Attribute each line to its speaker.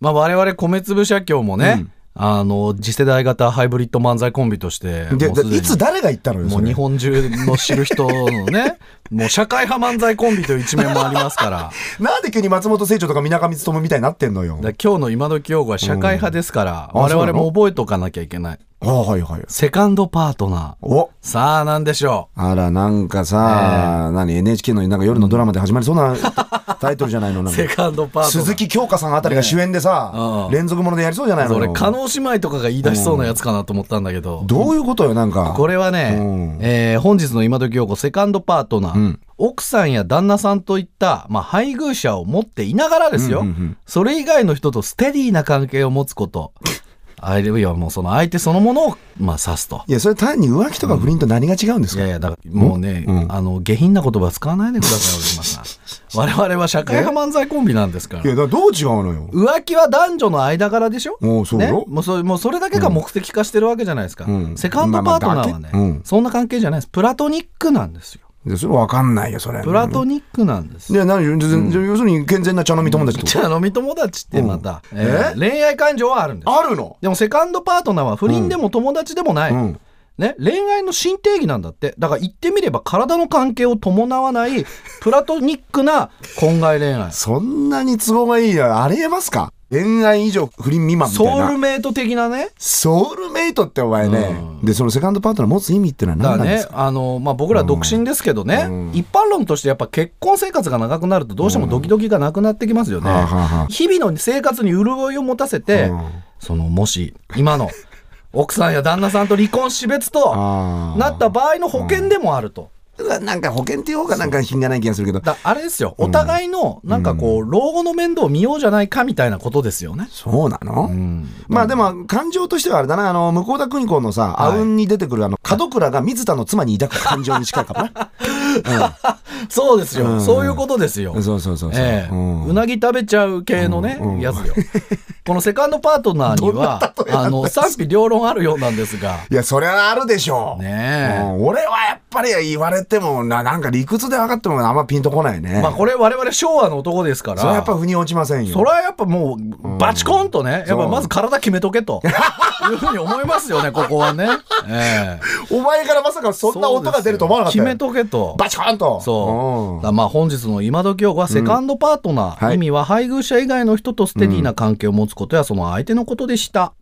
Speaker 1: まあ、我々米粒社協もね、あの次世代型ハイブリッド漫才コンビとして
Speaker 2: で
Speaker 1: もうすでに
Speaker 2: いつ誰が言ったのよ
Speaker 1: も
Speaker 2: そうれ
Speaker 1: 日本中の知る人のね もう社会派漫才コンビという一面もありますから
Speaker 2: なんで急に松本清張とか水上勉みたいになってんのよ
Speaker 1: だから今日の今時用語は社会派ですから、
Speaker 2: うんあ
Speaker 1: 我
Speaker 2: そう
Speaker 1: 々
Speaker 2: なの
Speaker 1: も覚えとかなきゃいけない
Speaker 2: ああはいはい
Speaker 1: セカンドパートナー
Speaker 2: お
Speaker 1: さあ何でしょ
Speaker 2: あらなんかさ、何 NHK のなんか夜のドラマで始まりそうなタイトルじゃないの な
Speaker 1: うん
Speaker 2: か
Speaker 1: セカンドパートナー
Speaker 2: 鈴木京香さんあたりが主演でさ、
Speaker 1: うん
Speaker 2: 連続ものでやりそうじゃないの
Speaker 1: それ
Speaker 2: よ
Speaker 1: 加納姉妹とかが言い出しそうなやつかなと思ったんだけど、
Speaker 2: どういうことよなんか
Speaker 1: これはね、
Speaker 2: うん
Speaker 1: えー本日の今時用語セカンドパートナー、奥さんや旦那さんといった、まあ、配偶者を持っていながらですよ、
Speaker 2: うんうんうん
Speaker 1: それ以外の人とステディな関係を持つこと 相手いやもうその相手そのものを、まあ、指すと。
Speaker 2: いやそれ単に浮気とか不倫と何が違うんです
Speaker 1: い
Speaker 2: か、
Speaker 1: やいやだからもうね、
Speaker 2: うん
Speaker 1: あの下品な言葉使わないでください小島さ ん我々は社会派漫才コンビなんですから
Speaker 2: いやだからどう違うのよ
Speaker 1: 浮気は男女の間柄でしょ
Speaker 2: おうそう
Speaker 1: ね、
Speaker 2: よ
Speaker 1: もうそれもうそれだけが目的化してるわけじゃないですか、
Speaker 2: うん
Speaker 1: セカンドパートナーはね、
Speaker 2: まあまあだけうん
Speaker 1: そんな関係じゃないですプラトニックなんですよ
Speaker 2: でそれわかんないよそれ
Speaker 1: プラトニックなんです、
Speaker 2: で何じゃじゃ要するに健全な茶飲み友達って
Speaker 1: じ
Speaker 2: こ
Speaker 1: ゃあ飲み友達ってまた、
Speaker 2: うん
Speaker 1: えー
Speaker 2: え
Speaker 1: 恋愛感情はあるんです
Speaker 2: とあるの
Speaker 1: でもセカンドパートナーは不倫でも友達でもない、
Speaker 2: うん
Speaker 1: ね、恋愛の新定義なんだってだから言ってみれば体の関係を伴わないプラトニックな婚外恋 愛
Speaker 2: そんなに都合がいいやありえますか恋愛以上不倫未満みたい
Speaker 1: ソウル
Speaker 2: な
Speaker 1: メイト的なね
Speaker 2: ソウルメイトってお前ね、
Speaker 1: う
Speaker 2: でそのセカンドパートナー持つ意味ってのは
Speaker 1: だか
Speaker 2: 何
Speaker 1: ら
Speaker 2: なんで
Speaker 1: ね
Speaker 2: す、か
Speaker 1: あのまあ、僕ら独身ですけどね、
Speaker 2: うん
Speaker 1: 一般論としてやっぱ結婚生活が長くなるとどうしてもドキドキがなくなってきますよね、
Speaker 2: はあはあはあ
Speaker 1: 日々の生活に潤いを持たせて、
Speaker 2: うん
Speaker 1: そのもし今 の奥さんや旦那さんと離婚死別と
Speaker 2: あー
Speaker 1: なった場合の保険でもあると。
Speaker 2: うわなんか保険っていう方がなんか品がない気がするけど
Speaker 1: だあれですよ、お互いの、なんかこう、老後の面倒を見ようじゃないかみたいなことですよね。
Speaker 2: そうなの、
Speaker 1: うん
Speaker 2: まあでも感情としてはあれだなあの向田邦子のさ
Speaker 1: はい
Speaker 2: あうんに出てくるあの門倉が水田の妻に抱く感情に近いかもな
Speaker 1: そうですよ、
Speaker 2: うん
Speaker 1: そういうことですよ。
Speaker 2: そうそうそうそう、
Speaker 1: ええ
Speaker 2: うん
Speaker 1: うなぎ食べちゃう系のね、
Speaker 2: うんうん
Speaker 1: やつよ。このセカンドパートナーには、あの、賛否両論あるようなんですが、
Speaker 2: いやそれはあるでしょう、
Speaker 1: ね
Speaker 2: うん俺はやっぱり言われてもななんか理屈で分かってもあんまピンとこないね、
Speaker 1: え。まあこれ我々昭和の男ですから、
Speaker 2: それはやっぱ腑に落ちませんよ
Speaker 1: それはやっぱもう、バチコンとね、やっぱまず体決めと けと、いうふうに思いますよね、ここはね。ええ
Speaker 2: お前からまさか そんな音が出ると思わなかった
Speaker 1: そう
Speaker 2: よ
Speaker 1: ですよ決めとけと。
Speaker 2: バチコーンと
Speaker 1: そう。だから
Speaker 2: ん
Speaker 1: まあ本日の今時用語はセカンドパートナー、
Speaker 2: うんはい
Speaker 1: 意味は配偶者以外の人とステディな関係を持つことやその相手のことでした。